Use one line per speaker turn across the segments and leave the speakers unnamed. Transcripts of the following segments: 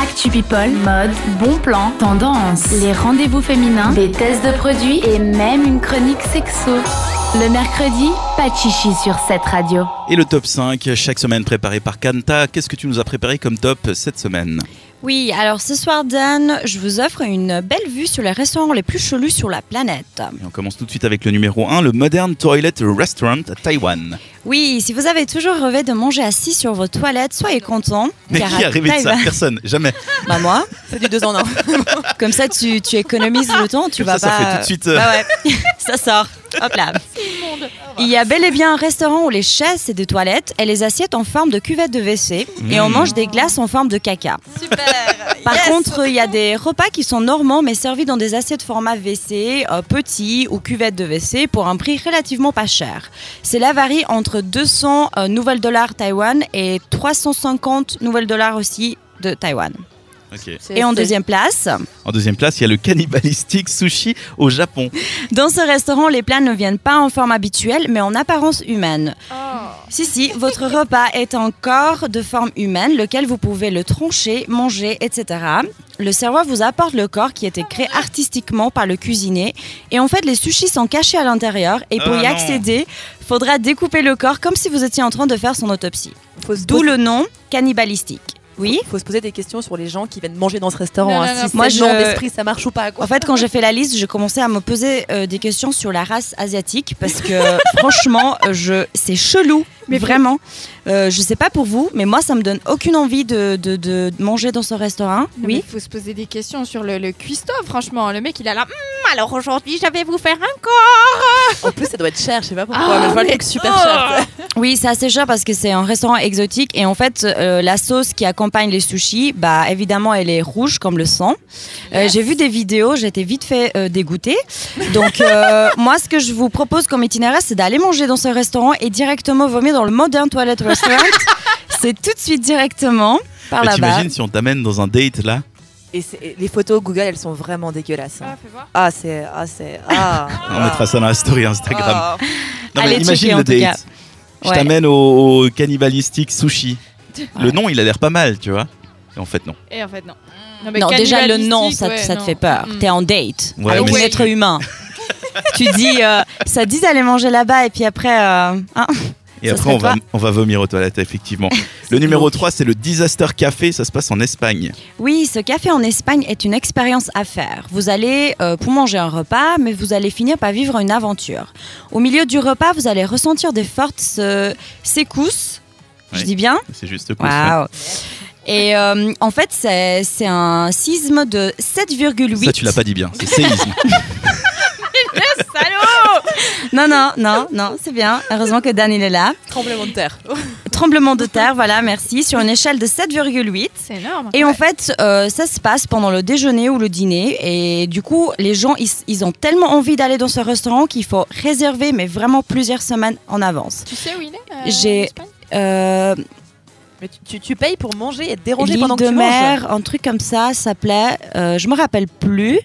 Actu People, mode, bon plan, tendance, les rendez-vous féminins, des tests de produits et même une chronique sexo. Le mercredi, pas de chichi sur cette radio.
Et le top 5, chaque semaine préparé par Kanta. Qu'est-ce que tu nous as préparé comme top cette semaine
Oui, alors ce soir, Dan, je vous offre une belle vue sur les restaurants les plus chelus sur la planète.
Et on commence tout de suite avec le numéro 1, le Modern Toilet Restaurant à Taïwan.
Oui, si vous avez toujours rêvé de manger assis sur vos toilettes, soyez content.
Mais
car
qui
à
a rêvé de ça
Taïwan-
Personne, jamais.
Bah moi,
C'est du deux en un.
comme ça tu, tu économises le temps, tu
Comme
vas
ça, ça
pas...
fait tout de suite, euh,
Bah ouais, ça sort. Hop là. Il y a bel et bien un restaurant où les chaises c'est des toilettes et les assiettes en forme de cuvette de WC et
Mmh.
on mange des glaces en forme de caca.
Super.
Par
Yes.
contre, il y a des repas qui sont normands mais servis dans des assiettes format WC, euh, petit ou cuvette de WC pour un prix relativement pas cher. Cela varie entre 200 euh, nouvelles dollars Taïwan et 350 nouvelles dollars aussi de Taïwan.
Ok.
Et en deuxième place,
En deuxième place, il y a le Cannibalistic Sushi au Japon.
dans ce restaurant, les plats ne viennent pas en forme habituelle mais en apparence humaine. Si, si, votre repas est encore de forme humaine, lequel vous pouvez le trancher, manger, etc. Le serveur vous apporte le corps qui a été créé artistiquement par le cuisinier. Et en fait, les sushis sont cachés à l'intérieur. Et pour
Ah
y
non.
accéder, faudra découper le corps comme si vous étiez en train de faire son autopsie.
Faut se
D'où
poser-
le nom cannibalistique. Oui
Faut se poser des questions sur les gens qui viennent manger dans ce restaurant.
Non,
hein,
non, non.
Si
Moi,
moi,
je-
je d'esprit, ça marche ou pas quoi.
En fait, quand j'ai fait la liste, j'ai commencé à me poser euh, des questions sur la race asiatique parce que franchement, euh, je c'est chelou, mais vraiment. Euh, je sais pas pour vous, mais moi, ça me donne aucune envie de, de- de manger dans ce restaurant.
Oui.
Oui.
Il faut se poser des questions sur le, le cuistot, franchement. Le mec, il a là. Hum, alors aujourd'hui, je vais vous faire un corps.
En plus, ça doit être cher, je sais pas pourquoi.
Ah,
mais je vois le
mais-
truc super cher.
Oui, c'est assez cher parce que c'est un restaurant exotique et en fait, euh, la sauce qui accompagne les sushis, bah évidemment, elle est rouge comme le sang. Euh, J'ai vu des vidéos, j'étais vite fait euh, dégoûtée. Donc euh, moi, ce que je vous propose comme itinéraire, c'est d'aller manger dans ce restaurant et directement vomir dans le Modern Toilet Restaurant. c'est tout de suite directement par
Mais
là-bas.
T'imagines si on t'amène dans un date là
Et, c'est- et les photos Google, elles sont vraiment dégueulasses. hein.
Ah, fais voir.
Ah, c'est. Ah, c'est. Ah.
On mettra ça dans la story Instagram.
Ah.
Non,
Allez
mais imagine
checker, en
le
tout
date. Je
Ouais.
t'amène au, au Cannibalistic Sushi. Le nom, il a l'air pas mal, tu vois. Et en fait, non.
Et en fait, non. mais
Non, déjà le nom,
cannibalistique,
ça, te-
ouais,
ça te
non.
fait peur.
Mm.
T'es en date
Ouais,
avec
mais
un
c'est-
être humain. tu dis, euh, ça dit d'aller manger là-bas et puis après, euh, hein,
Et
Ça
après,
serait
on va,
toi.
on va vomir aux toilettes, effectivement. le numéro 3, c'est le Disaster Café. Ça se passe en Espagne.
Oui, ce café en Espagne est une expérience à faire. Vous allez euh, pour manger un repas, mais vous allez finir par vivre une aventure. Au milieu du repas, vous allez ressentir des fortes euh, secousses.
Oui.
Je dis bien
C'est juste cool.
Waouh Et euh, en fait, c'est c'est un sisme de 7,8.
Ça, tu l'as pas dit bien. C'est séisme.
Non, non, non, non, c'est bien. Heureusement que Dan, il est là.
Tremblement de terre.
Tremblement de terre, voilà, merci. Sur une échelle de 7,8.
C'est énorme.
Et en fait, euh, ça se passe pendant le déjeuner ou le dîner. Et du coup, les gens, ils, ils ont tellement envie d'aller dans ce restaurant qu'il faut réserver, mais vraiment plusieurs semaines en avance.
Tu sais où il est euh,
J'ai-
en Espagne
Euh,
Mais tu, tu- tu payes pour manger et être dérangé
L'île
pendant que
de
tu manges.
mer, un truc comme ça, ça s'appelait. euh, je me rappelle plus.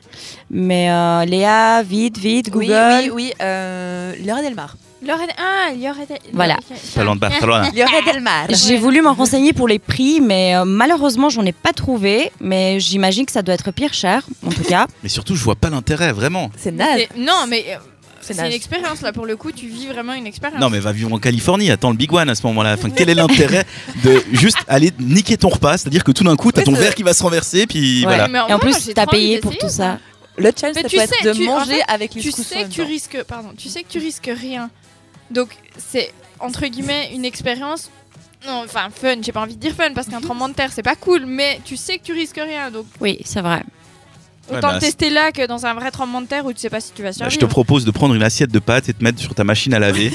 Mais euh, Léa, vite, vite,
Oui,
Google.
oui, oui. Euh, Laura Delmar.
Lorraine. Ah, Lorraine.
Voilà.
Pas loin de Barcelone.
Laura
Ah.
Delmar.
J'ai voulu m'en renseigner pour les prix, mais euh, malheureusement, j'en ai pas trouvé. Mais j'imagine que ça doit être pire cher, en tout cas.
Mais surtout, je vois pas l'intérêt, vraiment.
C'est naze.
C'est- Non, mais euh,
C'est
c'est
naze.
une expérience là pour le coup. Tu vis vraiment une expérience.
Non, mais va vivre en Californie. Attends le Big One à ce moment-là. Enfin, quel est l'intérêt de juste aller niquer ton repas C'est-à-dire que tout d'un coup, t'as
Ouais,
ton
c'est-
verre qui va se renverser, puis
Ouais.
voilà.
Mais en
Et en
vrai, moi,
plus,
j'ai
t'as
trop envie
payé pour tout
d'essayer.
ça.
Le challenge,
Mais
ça
tu
peut être
sais,
de
tu- en
manger
fait,
avec les
Tu
scousses en
sais que
même
tu
temps.
risques. Pardon. Tu sais que tu risques rien. Donc c'est entre guillemets une expérience. Non, enfin fun. J'ai pas envie de dire fun parce qu'un
Mhm.
tremblement de terre c'est pas cool. Mais tu sais que tu risques rien. Donc
Oui, c'est vrai.
Ouais,
autant
bah,
le tester là que dans un vrai tremblement de terre où tu sais pas si tu vas
Bah,
survivre.
je te propose de prendre une assiette de pâtes et te mettre sur ta machine à laver.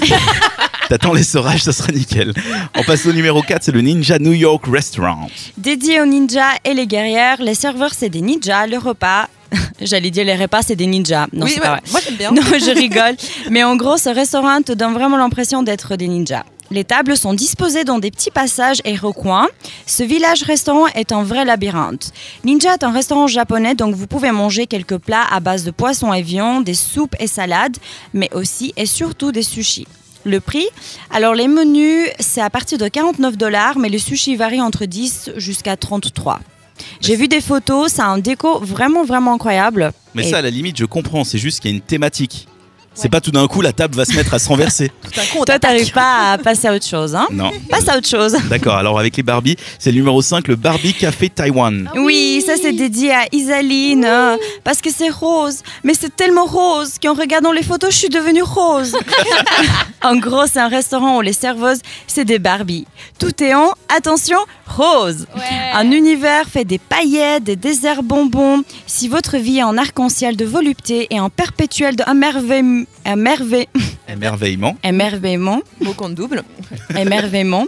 T'attends l'essorage, ça sera nickel. On passe au numéro 4, c'est le Ninja New York Restaurant.
Dédié aux ninjas et les guerrières, les serveurs c'est des ninjas, le repas, j'allais dire les repas c'est des ninjas. Non,
oui,
c'est
ouais,
pas vrai.
moi j'aime bien.
Non, je rigole. Mais en gros, ce restaurant te donne vraiment l'impression d'être des ninjas. Les tables sont disposées dans des petits passages et recoins. Ce village-restaurant est un vrai labyrinthe. Ninja est un restaurant japonais, donc vous pouvez manger quelques plats à base de poissons et viande, des soupes et salades, mais aussi et surtout des sushis. Le prix Alors les menus, c'est à partir de 49 dollars, mais les sushis varient entre 10 jusqu'à 33. J'ai vu des photos, ça a un déco vraiment, vraiment incroyable.
Mais
Et-
ça, à la limite, je comprends. C'est juste qu'il y a une thématique. C'est
Ouais.
pas tout d'un coup la table va se mettre à se renverser.
Tout un con,
Toi, t'arrives pas à passer à autre chose, hein
Non.
Passe à autre chose.
D'accord, alors avec les Barbies, c'est le numéro 5, le Barbie Café
Ah
Taïwan.
Oui, ça c'est dédié à Isaline, euh, parce que c'est rose. Mais c'est tellement rose qu'en regardant les photos, je suis devenue rose. en gros, c'est un restaurant où les serveuses, c'est des Barbies. Tout est en, attention, rose.
Ouais.
Un univers fait des paillettes, des déserts bonbons. Si votre vie est en arc-en-ciel de volupté et en perpétuel de émerveille- émerveille-
Émerveillement.
émerveillement,
mot compte double.
émerveillement,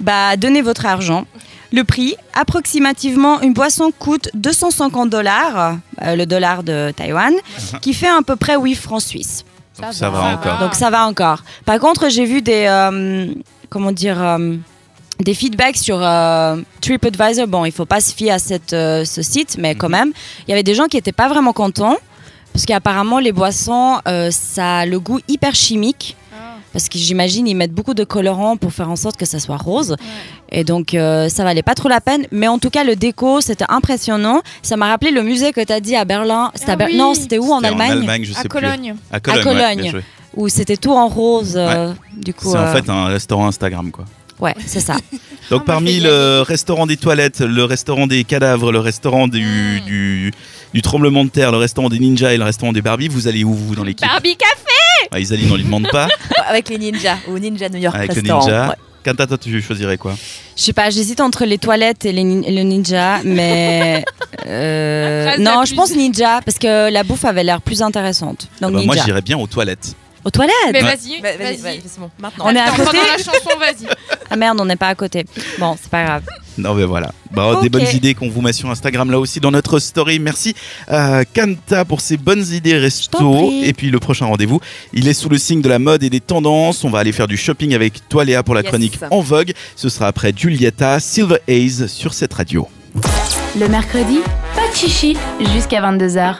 bah, donnez votre argent. Le prix, approximativement, une boisson coûte 250 dollars, euh, le dollar de Taïwan, qui fait à peu près 8 francs suisses.
Ça,
Ça
va,
va.
Ça
encore.
va.
Donc ça va encore. Par contre, j'ai vu des, euh, comment dire, euh, des feedbacks sur euh, TripAdvisor. Bon, il faut pas se fier à cette, euh, ce site, mais quand même, il y avait des gens qui n'étaient pas vraiment contents. Parce qu'apparemment, les boissons, euh, ça a le goût hyper chimique.
Ah.
Parce que j'imagine, ils mettent beaucoup de colorants pour faire en sorte que ça soit rose. Et donc, euh, ça valait pas trop la peine. Mais en tout cas, le déco, c'était impressionnant. Ça m'a rappelé le musée que tu as dit à Berlin. C'était à
Ah
Ber-
oui.
Non, c'était où en
C'était
Allemagne,
En Allemagne, je
À
sais plus.
Cologne.
À Cologne. ouais,
Cologne.
bien joué.
Où c'était tout en rose. euh, Du coup,
c'est en
euh,
fait un restaurant Instagram, quoi.
ouais, c'est ça.
Donc
Ah, moi,
parmi
je vais y
le restaurant des toilettes, le restaurant des cadavres, le restaurant du,
Mm.
du, du tremblement de terre, le restaurant des ninjas et le restaurant des Barbies, vous allez où vous dans l'équipe
Barbie Café
ah, Isaline, on lui demande pas.
Avec les ninjas, au Ninja New York
Avec le
Restaurant.
ninja.
Ouais.
Quentin, toi, tu choisirais quoi
Je sais pas, j'hésite entre les toilettes et les nin- le ninja, mais. euh,
La phrase
non,
la
je
plus-
pense ninja, parce que la bouffe avait l'air plus intéressante. Donc
Bah, Moi,
ninja.
j'irais bien aux toilettes.
Aux toilettes
Mais
Ouais.
vas-y,
Bah, Vas-y,
vas-y.
vas-y, c'est bon. Maintenant.
On est à
Attends,
côté
pendant la chanson, vas-y.
Ah merde, on n'est pas à côté. Bon, c'est pas grave.
Non, mais voilà. Bah, Des
Ok.
bonnes idées qu'on vous met sur Instagram là aussi dans notre story. Merci à Kanta pour ses bonnes idées
t'en
resto.
prie.
Et puis le prochain rendez-vous, il est sous le signe de la mode et des tendances. On va aller faire du shopping avec toi, Léa, pour la
Yes.
chronique En Vogue. Ce sera après Giulietta, Silver Haze sur cette radio.
Le mercredi, pas de chichi jusqu'à 22h.